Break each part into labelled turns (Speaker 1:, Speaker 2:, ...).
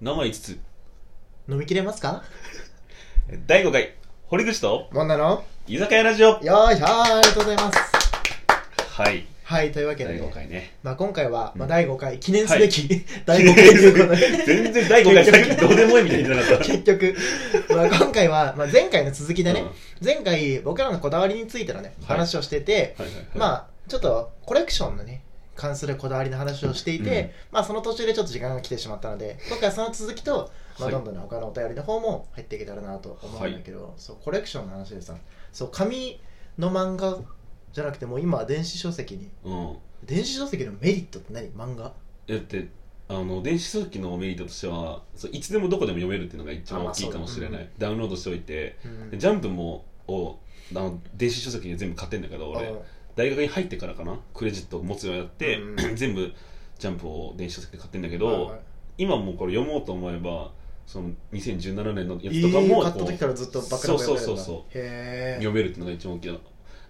Speaker 1: 生5つ
Speaker 2: 飲みきれますか
Speaker 1: 第5回堀口と
Speaker 2: どんなの
Speaker 1: 居酒屋ラジオ
Speaker 2: よーいはーいありがとうございます
Speaker 1: はい
Speaker 2: はいというわけ
Speaker 1: 第
Speaker 2: で
Speaker 1: 5回ね
Speaker 2: まあ今回は、
Speaker 1: うん
Speaker 2: まあ、第5回記念すべき、 第5回ということで
Speaker 1: 全然第5回さっ きどうでもいいみたいになかった
Speaker 2: 結局、まあ、今回は、まあ、前回の続きでね、
Speaker 1: うん
Speaker 2: 前回僕らのこだわりについてのね
Speaker 1: はい
Speaker 2: 話をしてて、
Speaker 1: はいはいはい
Speaker 2: まあちょっとコレクションのね関するこだわりの話をしていて、
Speaker 1: うん
Speaker 2: まあその途中でちょっと時間が来てしまったので今回はその続きと、
Speaker 1: は
Speaker 2: まあ、
Speaker 1: い
Speaker 2: どんどんね他のお便りの方も入っていけたらなと思うんだけど、そうコレクションの話でさそう紙の漫画じゃなくてもう今は電子書籍に
Speaker 1: うん
Speaker 2: 電子書籍のメリットって何漫画
Speaker 1: だってあの電子書籍のメリットとしてはそういつでもどこでも読めるっていうのが一番大きいかもしれない、
Speaker 2: あまあ
Speaker 1: ダウンロードしておいて
Speaker 2: うん
Speaker 1: でジャンプもをあの電子書籍で全部買ってんだけど俺大学に入ってからかなクレジットを持つようになって、
Speaker 2: うんう
Speaker 1: 全部ジャンプを電子書籍で買ってんだけ
Speaker 2: け
Speaker 1: ど、今もうこれ読もうと思えばその2017年のや
Speaker 2: い
Speaker 1: つとかも
Speaker 2: 買った
Speaker 1: こう
Speaker 2: 時からずっとバックナンバー
Speaker 1: そうそうそうそう
Speaker 2: うへえ
Speaker 1: 読めるっていうのが一番大きな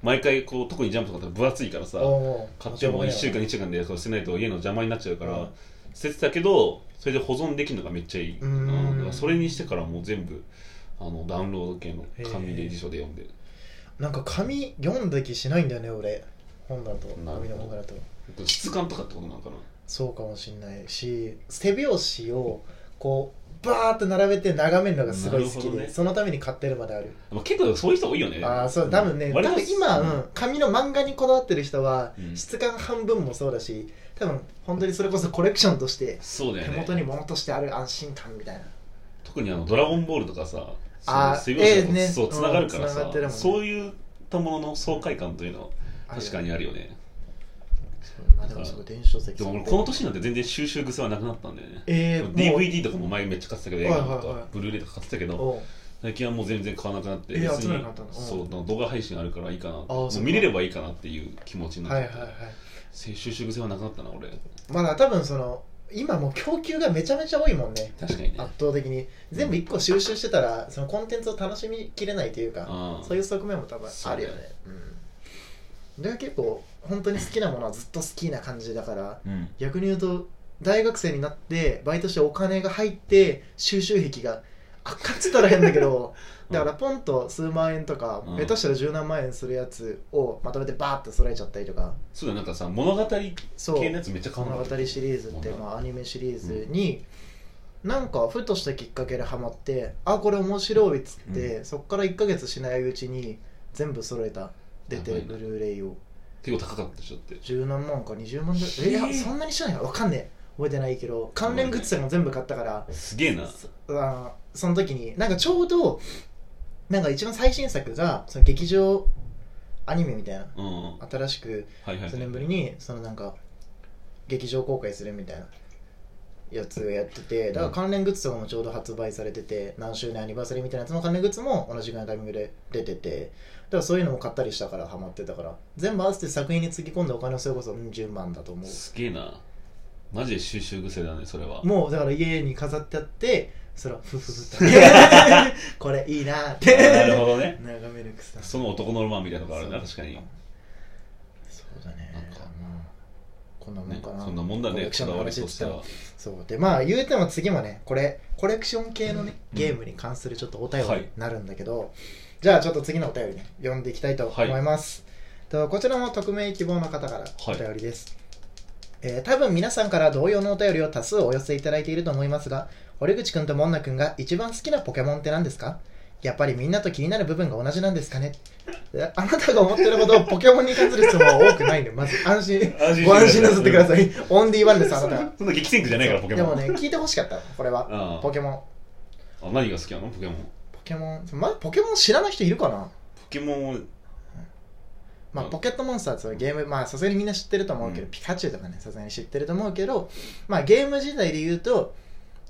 Speaker 1: 毎回こう特にジャンプとかだったら分厚いからさ買っても1週間2週間でそうしないと家の邪魔になっちゃうから、
Speaker 2: うん
Speaker 1: 捨ててたけどそれで保存できるのがめっちゃいい、
Speaker 2: うん
Speaker 1: だからそれにしてからもう全部あのダウンロード系の紙で辞書で読んで
Speaker 2: なんか紙読んだ気しないんだよね俺本だと
Speaker 1: なるほど
Speaker 2: 紙の漫画だと
Speaker 1: 質感とかってことなのかな
Speaker 2: そうかもしんないし背拍子をこうバーって並べて眺めるのがすごい好
Speaker 1: なる
Speaker 2: き
Speaker 1: ほど
Speaker 2: で、
Speaker 1: ね
Speaker 2: そのために買ってるまである、
Speaker 1: まあ結構そういう人多いよね
Speaker 2: ああそう多分ね、
Speaker 1: ん
Speaker 2: 多
Speaker 1: 割と
Speaker 2: 分今、うん、紙の漫画にこだわってる人は、
Speaker 1: うん
Speaker 2: 質感半分もそうだし多分本当にそれこそコレクションとして
Speaker 1: そうだ
Speaker 2: 手
Speaker 1: よね
Speaker 2: 元に物としてある安心感みたいな
Speaker 1: 特にあの「ドラゴンボール」とかさ
Speaker 2: あー
Speaker 1: そういう水曜日とか
Speaker 2: ええね
Speaker 1: そうつながるから
Speaker 2: うん繋
Speaker 1: さ、
Speaker 2: がってるもんね
Speaker 1: そういったものの爽快感というのは
Speaker 2: ある
Speaker 1: 確かにあるよね
Speaker 2: そうまあ
Speaker 1: だ
Speaker 2: でも
Speaker 1: から
Speaker 2: そこ電子書籍
Speaker 1: でも俺この年になって全然収集癖はなくなったんだよね
Speaker 2: えー、もう
Speaker 1: DVD とかも前めっちゃ買ってたけど映画とか、
Speaker 2: はいはいはい
Speaker 1: ブルーレイとか買ってたけど
Speaker 2: おう
Speaker 1: 最近はもう全然買わなくなって
Speaker 2: えー
Speaker 1: 別
Speaker 2: 集め
Speaker 1: に
Speaker 2: なくなったのうん
Speaker 1: そう動画配信あるからいいかな
Speaker 2: あー
Speaker 1: も
Speaker 2: そうっか
Speaker 1: 見れればいいかなっていう気持ちにな
Speaker 2: はいは
Speaker 1: っ
Speaker 2: い
Speaker 1: て、
Speaker 2: はい
Speaker 1: 収集癖はなくなったな俺
Speaker 2: まだ多分その今もう供給がめちゃめちゃ多いもんね
Speaker 1: 確かにね
Speaker 2: 圧倒的に全部一個収集してたらそのコンテンツを楽しみきれないというか
Speaker 1: あ
Speaker 2: そういう側面も多分あるよ
Speaker 1: そう
Speaker 2: ねうんで結構本当に好きなものはずっと好きな感じだから
Speaker 1: うん
Speaker 2: 逆に言うと大学生になってバイトしてお金が入って収集癖が悪化っつったら変だけどだからポンと数万円とか
Speaker 1: うん
Speaker 2: 下手したら十何万円するやつをまとめてバーって揃えちゃったりとか
Speaker 1: そうだよなんかさ物語系
Speaker 2: そう
Speaker 1: のやつめっちゃ買わな
Speaker 2: 物
Speaker 1: か
Speaker 2: 語
Speaker 1: った
Speaker 2: シリーズって、まあ、アニメシリーズに、なんかふとしたきっかけでハマってあこれ面白いっつって、そっから1ヶ月しないうちに全部揃えた出て
Speaker 1: やば
Speaker 2: る
Speaker 1: いな
Speaker 2: ブルーレイを
Speaker 1: 結構高かったでしょだって
Speaker 2: 10何万か20万ぐらい
Speaker 1: へえ
Speaker 2: えいやそんなにしないのわかんねえ覚えてないけど関連グッズでも全部買ったから、
Speaker 1: すげえな
Speaker 2: そあーその時になんかちょうどなんか一番最新作がその劇場アニメみたいな
Speaker 1: うんうんはい
Speaker 2: 新しく
Speaker 1: はいはい
Speaker 2: 数年ぶりにそのなんか劇場公開するみたいなやつをやっててだから関連グッズとかもちょうど発売されてて何周年アニバーサリーみたいなやつの関連グッズも同じぐらいのタイミングで出ててだからそういうのも買ったりしたからハマってたから全部合わせて作品につぎ込んだお金はそれこそうん10万だと思う
Speaker 1: すげえなマジで収集癖だねそれは
Speaker 2: もうだから家に飾ってあってそれをフフ フって これいいなっ
Speaker 1: なる
Speaker 2: て
Speaker 1: ほどね
Speaker 2: 眺める草
Speaker 1: その男のロマンみたいなとこあるな確かに
Speaker 2: そうだね
Speaker 1: なんか
Speaker 2: まあこんなもん
Speaker 1: ね
Speaker 2: かな、
Speaker 1: そんなもんだ
Speaker 2: コレ
Speaker 1: ね
Speaker 2: クションの
Speaker 1: わ
Speaker 2: 話
Speaker 1: と
Speaker 2: っつ
Speaker 1: し
Speaker 2: ってたら
Speaker 1: は
Speaker 2: そうでまあ言うても次もねこれコレクション系のねゲームに関するちょっとお便り
Speaker 1: はい
Speaker 2: になるんだけど、じゃあちょっと次のお便りね読んでいきたいと思います、とこちらも匿名希望の方からお
Speaker 1: はい
Speaker 2: 便りです、えー多分皆さんから同様のお便りを多数お寄せいただいていると思いますが堀口くんともんなくんが一番好きなポケモンって何ですかやっぱりみんなと気になる部分が同じなんですかねえあなたが思ってるほどポケモンに関する質問は多くないのでまず安心
Speaker 1: 安心してください
Speaker 2: ご安心なさってくださいオンディーワンですあなた
Speaker 1: そんな激戦区じゃないから
Speaker 2: そう
Speaker 1: ポケモン
Speaker 2: でもね聞いてほしかったこれは
Speaker 1: あ
Speaker 2: ポケモン
Speaker 1: ああ何が好きなのポケモンポ
Speaker 2: ポケモン、ま、ポケモン知らない人いるかな
Speaker 1: ケモンを
Speaker 2: まあ、
Speaker 1: うん
Speaker 2: ポケットモンスターっていうゲームまあさすがにみんな知ってると思うけど、
Speaker 1: うん
Speaker 2: ピカチュウとかねさすがに知ってると思うけどまあゲーム時代で言うと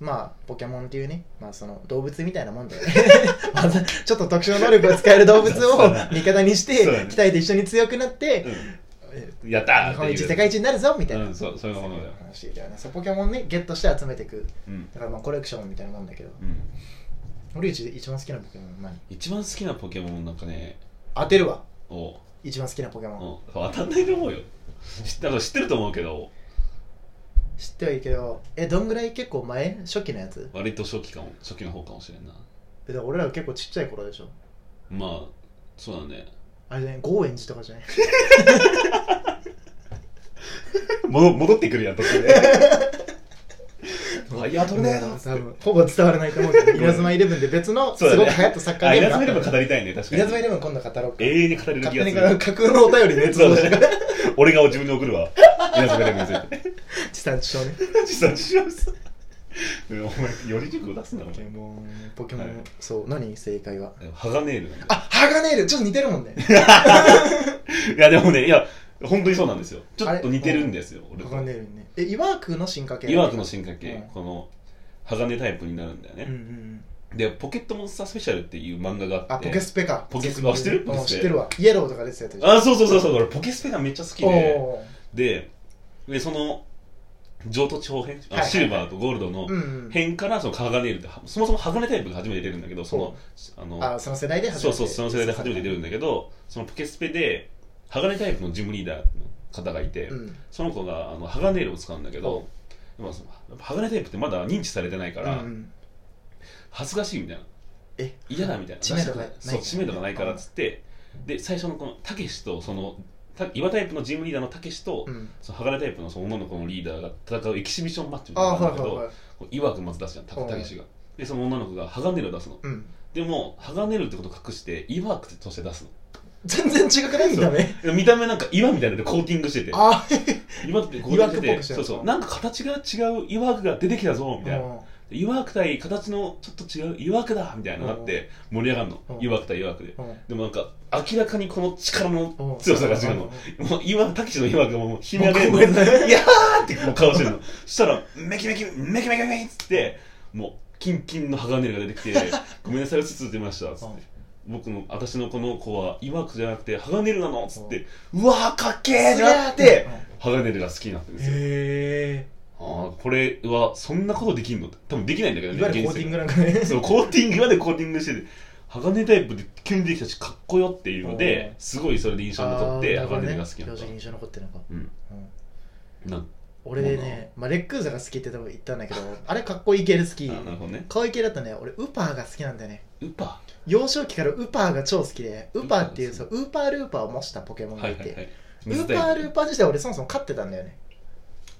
Speaker 2: まあポケモンっていうね、まあ、その動物みたいなもんで まあちょっと特殊能力を使える動物
Speaker 1: そう
Speaker 2: を
Speaker 1: だ
Speaker 2: 味方にし
Speaker 1: そう
Speaker 2: て
Speaker 1: だね
Speaker 2: 鍛えて一緒に強くなって、
Speaker 1: うんやったー
Speaker 2: 日本一
Speaker 1: っていう
Speaker 2: 世界一になるぞみたいな、
Speaker 1: うんそうそういうものだよ
Speaker 2: 話だよねそうポケモンねゲットして集めていく
Speaker 1: うん
Speaker 2: だからまあコレクションみたいなもんだけど
Speaker 1: うん
Speaker 2: 俺一一番好きなポケモン何
Speaker 1: 一番好きなポケモンなんかね
Speaker 2: 当てるわ
Speaker 1: おう
Speaker 2: 一番好きなポケモン
Speaker 1: うん当たんないと思うよ知ってあの知ってると思うけど
Speaker 2: 知ってはいいけどえどんぐらい結構前初期のやつ
Speaker 1: 割と初期かも初期の方かもしれんな
Speaker 2: えだから俺ら結構ちっちゃい頃でしょ
Speaker 1: まあそうだね
Speaker 2: あれじゃない高円寺とかじゃない
Speaker 1: も戻ってくるやん途中 でいや取れないな
Speaker 2: 多分ほぼ伝わらないと思うけ ど稲妻イレブンで別のす
Speaker 1: そうだ
Speaker 2: ご
Speaker 1: ね
Speaker 2: く流行ったサッカー
Speaker 1: あ
Speaker 2: ゲ
Speaker 1: イ
Speaker 2: ーム
Speaker 1: ラ
Speaker 2: が
Speaker 1: ス
Speaker 2: あ
Speaker 1: メでも語り
Speaker 2: った
Speaker 1: たいね確か
Speaker 2: 稲
Speaker 1: に
Speaker 2: 妻イレブン今度語ろうか
Speaker 1: 永遠に語れる気
Speaker 2: 勝
Speaker 1: が
Speaker 2: 手
Speaker 1: す
Speaker 2: に
Speaker 1: る
Speaker 2: 架空のお便りで熱
Speaker 1: そう
Speaker 2: 望
Speaker 1: だ
Speaker 2: し
Speaker 1: ね
Speaker 2: たから
Speaker 1: 俺が自分に送るわ稲妻イレブンについて
Speaker 2: 地産地消ね
Speaker 1: 自殺します お前より軸を出すんだお
Speaker 2: ポケ
Speaker 1: 前
Speaker 2: モンポケモン、
Speaker 1: はい
Speaker 2: そう何正解は
Speaker 1: ハガネールなんだ
Speaker 2: あハガネールちょっと似てるも んね
Speaker 1: いやでもねいや本当にそうなんですよちょ
Speaker 2: あ
Speaker 1: っ
Speaker 2: れ
Speaker 1: と似てるんですよ俺
Speaker 2: ハガ
Speaker 1: と
Speaker 2: ネールにねえいわくの進化系
Speaker 1: いわくの進化系、
Speaker 2: うん
Speaker 1: この鋼タイプになるんだよ
Speaker 2: うんうんう
Speaker 1: ね、
Speaker 2: ん
Speaker 1: でポケットモンスタースペシャルっていう漫画があ
Speaker 2: あ
Speaker 1: って
Speaker 2: ポケスペか
Speaker 1: ポケスペあ知ってる
Speaker 2: う
Speaker 1: ポケ
Speaker 2: ん
Speaker 1: スペ
Speaker 2: 知ってるわイエローとか出てたやつでしょ
Speaker 1: あそうそうそうそう俺ポケスペがめっちゃ好きで
Speaker 2: おー
Speaker 1: ででその上都地方編、あ
Speaker 2: はいはいはい
Speaker 1: シルバーとゴールドの
Speaker 2: うんうん
Speaker 1: 編からその鋼ネイルってはそもそも鋼タイプが初めて出るんだけどそのあの
Speaker 2: あその世代で初
Speaker 1: そう
Speaker 2: め
Speaker 1: そ
Speaker 2: て
Speaker 1: うその世代で初めて出るんだけどそのポケスペで鋼タイプのジムリーダーの方がいて、
Speaker 2: うん
Speaker 1: その子があの鋼ネイルを使うんだけど、でもその鋼タイプってまだ認知されてないから、
Speaker 2: うんうん
Speaker 1: 恥ずかしいみたいな
Speaker 2: え
Speaker 1: 嫌だみたいな
Speaker 2: 知名度がない
Speaker 1: そう知名度がないからっつってで最初のこのたけしとそのた岩タイプのジムリーダーのたけしと、
Speaker 2: うん
Speaker 1: その鋼タイプのその女の子のリーダーが戦うエキシビションマッチみ
Speaker 2: あ
Speaker 1: たいなのがあるん
Speaker 2: はい
Speaker 1: だけど、
Speaker 2: はいはい
Speaker 1: こういわくまず出すじゃんたたけしがでその女の子が鋼ネイルを出すの
Speaker 2: うん
Speaker 1: でも鋼ネイルってことを隠していわくとして出すの
Speaker 2: 全然違くない見た目
Speaker 1: で見た目なんか岩みたいなのでコーティングしてて
Speaker 2: あ
Speaker 1: 岩ってコーティングして
Speaker 2: 岩っぽ
Speaker 1: て
Speaker 2: くしてる
Speaker 1: そうそうなんか形が違う岩が出てきたぞみたいな
Speaker 2: うん
Speaker 1: で岩く対形のちょっと違う岩くだみたいななって盛り上がるの
Speaker 2: うん
Speaker 1: 岩く対岩くで
Speaker 2: うん
Speaker 1: でもなんか明らかにこの力
Speaker 2: うん
Speaker 1: の強さが違うのもう岩たけしの岩がもう悲鳴
Speaker 2: もうご
Speaker 1: 上げて
Speaker 2: めんなさい
Speaker 1: いやーってこう顔してるのそしたらメキメキメキメキメキっつってもうキンキンの鋼が出てきて 「ごめんなさいつつ出ました」っつって。僕の私のこの子は岩くじゃなくて鋼なのっつってうわーかっけーってなって鋼が好きになってるんですよ
Speaker 2: へ
Speaker 1: ああこれはそんなことできんの多分できないんだけど
Speaker 2: え
Speaker 1: ね
Speaker 2: いわゆるコーティング
Speaker 1: 現
Speaker 2: なんかね
Speaker 1: 世そうコーティングまでコーティングしてて鋼タイプで急にできたしかっこよっていうの
Speaker 2: う
Speaker 1: で
Speaker 2: ん
Speaker 1: すごいそれで印象に残って鋼が好きな
Speaker 2: の
Speaker 1: の
Speaker 2: 印象に残ってるのか
Speaker 1: うん
Speaker 2: うん
Speaker 1: なん
Speaker 2: 俺ねまあレックーザが好きって多分言ったんだけどあれかっこいい系で好き
Speaker 1: あなるほどね
Speaker 2: 可愛い系だったね俺ウーパーが好きなんだよね
Speaker 1: ウパ
Speaker 2: 幼少期からウーパーが超好きでウーパーっていう
Speaker 1: ウーパ
Speaker 2: そ
Speaker 1: ー
Speaker 2: うウーパールーパーを模したポケモン
Speaker 1: は
Speaker 2: が
Speaker 1: い
Speaker 2: い
Speaker 1: はいは
Speaker 2: て
Speaker 1: い
Speaker 2: ウー
Speaker 1: 水
Speaker 2: パー
Speaker 1: タイ
Speaker 2: ル
Speaker 1: プ
Speaker 2: ーパー自体俺そもそも飼ってたんだよね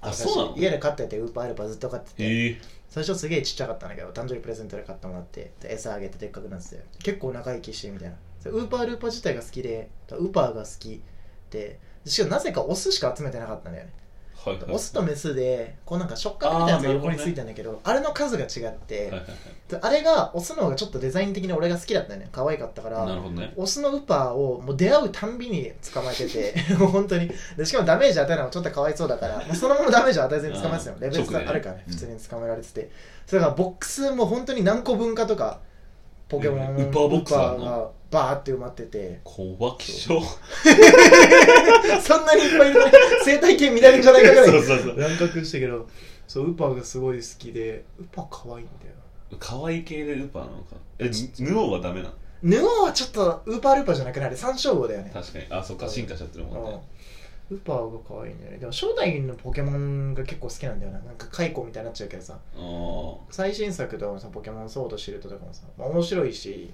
Speaker 1: あそうなの
Speaker 2: 昔家で飼っててウーパールーパーずっと飼ってて
Speaker 1: へえ
Speaker 2: 最初すげえちっちゃかったんだけど誕生日プレゼントで買ってもらってで餌あげてでっかくなってて結構長生きしてみたいなでウーパールーパー自体が好きでウーパーが好きでしかもなぜかオスしか集めてなかったんだよね
Speaker 1: はいはい
Speaker 2: オスとメスでこうなんか触覚みたいなやつが横についてんだけどあれの数が違っ
Speaker 1: は
Speaker 2: て
Speaker 1: いはいはい
Speaker 2: であれがオスの方がちょっとデザイン的に俺が好きだったよね可愛かったか
Speaker 1: な
Speaker 2: ら
Speaker 1: るほどね
Speaker 2: オスのウーパーをもう出会うたんびに捕まえてて もう本当にでしかもダメージ与えるのもちょっとかわいそう だからもうそのままダメージを与えずに捕まえてたの
Speaker 1: うん
Speaker 2: レベル
Speaker 1: 直でね
Speaker 2: があるからね
Speaker 1: うん
Speaker 2: 普通に捕まえられてて、それからボックスも本当に何個分かとかポケモン、
Speaker 1: うんウーパーボックスがあ
Speaker 2: ウ
Speaker 1: るの
Speaker 2: ーパーがバーって埋まってて
Speaker 1: 怖きしょ
Speaker 2: そんなにいっぱいいるのに生態系乱れるんじゃないかぐらい
Speaker 1: そうそうそう
Speaker 2: 乱獲したけどそうウーパーがすごい好きでウーパー可愛いんだよ
Speaker 1: 可愛い系でウパーなのかえヌオはダメなの
Speaker 2: ヌオはちょっとウーパールーパーじゃなくなる三章号だよね
Speaker 1: 確かにあそっか進化しちゃってるもんね
Speaker 2: うんウーパーが可愛いんだよねでも初代のポケモンが結構好きなんだよななんか解雇みたいになっちゃうけどさ
Speaker 1: あー
Speaker 2: 最新作とかもさポケモンソードシールドとかもさ、まあ、面白いし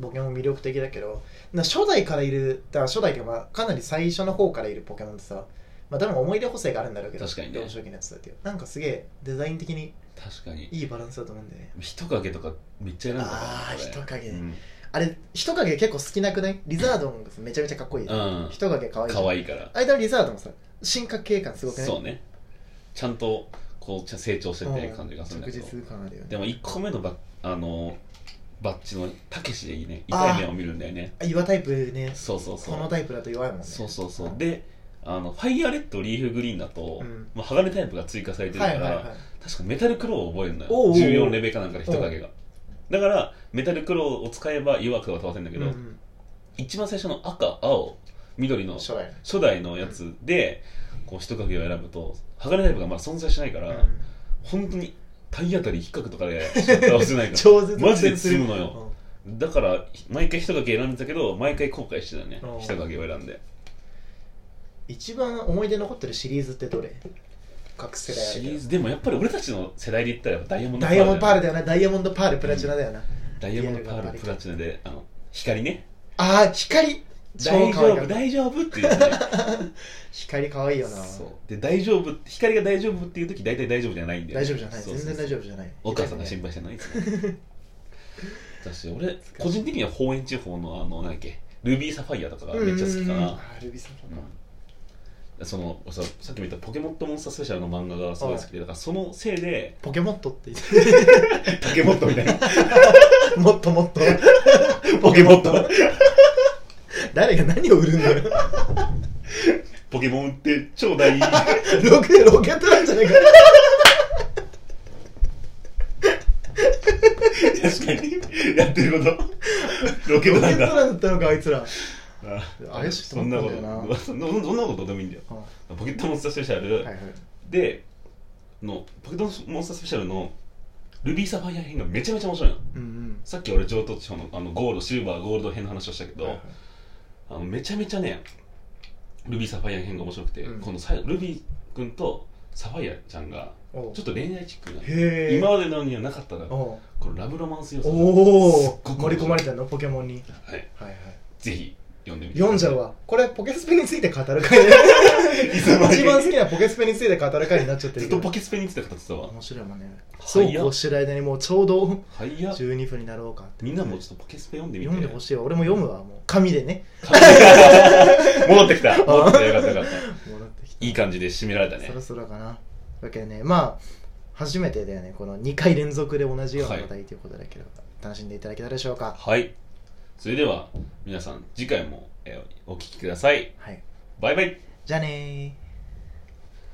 Speaker 2: ポケモン魅力的だけどな初代からいるだから初代がまあかなり最初の方からいるポケモンってさまあ多分思い出補正があるんだろうけど
Speaker 1: 確かにね
Speaker 2: 幼少期のやつだってなんかすげえデザイン的に
Speaker 1: 確かに
Speaker 2: いいバランスだと思うんだよね
Speaker 1: 人影とかめっちゃ選んだから
Speaker 2: あー
Speaker 1: これ
Speaker 2: 人影
Speaker 1: うん
Speaker 2: あれ人影結構好きなくないリザードンがめちゃめちゃかっこいいじゃん、
Speaker 1: うん
Speaker 2: 人影可愛いじゃん
Speaker 1: 可愛いから
Speaker 2: 間のリザードもさ進化系感すごくない
Speaker 1: そうねちゃんとこうちゃ成長してって
Speaker 2: うん
Speaker 1: 感じがするんだ
Speaker 2: 着
Speaker 1: けど
Speaker 2: 実感あるよね
Speaker 1: でも1個目のバッあのバッジのたけしでいいね痛い目を見るんだよね
Speaker 2: あ岩タイプね
Speaker 1: そうそうそう
Speaker 2: このタイプだと弱いもんね
Speaker 1: そうそうそう
Speaker 2: うん
Speaker 1: であのファイヤーレッドリーフグリーンだと、
Speaker 2: うん
Speaker 1: まあ、鋼タイプが追加されてるか
Speaker 2: は
Speaker 1: ら、
Speaker 2: いはいはい
Speaker 1: 確かメタルクローを覚えるのよ
Speaker 2: おうおうおう
Speaker 1: 14レベルかなんかで人影がだからメタルクローを使えば弱くは倒せるんだけど、
Speaker 2: うん
Speaker 1: 一番最初の赤青緑
Speaker 2: うん
Speaker 1: の
Speaker 2: 初代ね
Speaker 1: 初代のやつで、こう人影を選ぶと鋼タイプがまだ存在しないから、
Speaker 2: うん
Speaker 1: 本当に体当たり引っかくとかで 倒せないから
Speaker 2: 超絶
Speaker 1: マジで積むのよだから毎回人影選んでたけど毎回後悔してたね
Speaker 2: うん
Speaker 1: 人影を選んで
Speaker 2: 一番思い出残ってるシリーズってどれ各世代あ
Speaker 1: シ
Speaker 2: る
Speaker 1: リ
Speaker 2: け
Speaker 1: ー
Speaker 2: ど
Speaker 1: ズでもやっぱり俺たちの世代で言ったらダイヤモンド
Speaker 2: ダイヤモンドパール
Speaker 1: ル
Speaker 2: だよなダイヤモンドパールプラチナだよな、
Speaker 1: ダイヤモンドパールプラチナであの光ね
Speaker 2: ああ光超
Speaker 1: 大
Speaker 2: 可愛
Speaker 1: 丈
Speaker 2: か
Speaker 1: 夫
Speaker 2: った
Speaker 1: 大丈夫っていうやつ ね
Speaker 2: 光可愛いよな
Speaker 1: そうで大丈夫光が大丈夫っていう時大体大丈夫じゃないんだよ
Speaker 2: 大丈夫じゃない
Speaker 1: そうそうそう
Speaker 2: 全然大丈夫じゃない
Speaker 1: お母さんが心配してないですね私俺個人的には方園地方のあのなんだっけルビーサファイアとかがめっちゃ好きか
Speaker 2: うんうんうん
Speaker 1: な
Speaker 2: あールビーさんとか
Speaker 1: うんそのささっきも言った「ポケモンとモンスタースペシャル」の漫画がすごい好きでだからそのせい で
Speaker 2: ポケモットって言って
Speaker 1: 「ポケモット」みたいな
Speaker 2: たもっともっと
Speaker 1: 「ポケモット」
Speaker 2: 誰が何を売るんだよ
Speaker 1: 「ポケモンって超大いい」
Speaker 2: ロケロケットなんじゃないか
Speaker 1: 確かにやってることロケットなんだ
Speaker 2: ロケットランだったのかあいつら
Speaker 1: あ
Speaker 2: 怪しいと
Speaker 1: そんなこ
Speaker 2: 思ったんだよな
Speaker 1: とそんなそんなことどうでもいいんだよ
Speaker 2: は
Speaker 1: ポケットモンスタースペシャル、
Speaker 2: いはい
Speaker 1: でのポケットモンスタースペシャルのルビーサファイア編がめちゃめちゃ面白いの
Speaker 2: うんうん
Speaker 1: さっき俺上等地方のあのゴールドシルバーゴールド編の話をしたけど、
Speaker 2: はいはい
Speaker 1: あのめちゃめちゃねルビーサファイア編が面白くて、
Speaker 2: うん
Speaker 1: このさルビー君とサファイアちゃんが
Speaker 2: おう
Speaker 1: ちょっと恋愛チックになる
Speaker 2: へえ
Speaker 1: 今までのにはなかったらこ
Speaker 2: おう
Speaker 1: のラブロマンス要素が
Speaker 2: おお
Speaker 1: すっご
Speaker 2: 盛
Speaker 1: く面白い
Speaker 2: り込まれてんのポケモンに
Speaker 1: はい、
Speaker 2: はいはい
Speaker 1: ぜひ読んでみて
Speaker 2: 読んじゃ うわこれポケスペについて語る回
Speaker 1: いつの間に
Speaker 2: 一番好きなポケスペについて語る回になっちゃって
Speaker 1: ずっ
Speaker 2: る
Speaker 1: と
Speaker 2: けど
Speaker 1: ポケスペについて語ってたわ
Speaker 2: 面白いもんね
Speaker 1: 早っ
Speaker 2: そうこうしてる間にもうちょうど
Speaker 1: はいや
Speaker 2: 12分になろうかって
Speaker 1: みんなもちょっとポケスペ読んでみて
Speaker 2: 読んでほしいわ俺も読むわもう紙でね
Speaker 1: 戻ってき た戻ってきたよかったよかった
Speaker 2: 戻ってきて
Speaker 1: いい感じで締められたね
Speaker 2: そろそろかなだけどねまあ初めてだよねこの2回連続で同じような話題ということだけど、楽しんでいただけたでしょうか
Speaker 1: はいそれでは皆さん次回もえーお聴きください
Speaker 2: はい
Speaker 1: バイバイ
Speaker 2: じゃあねー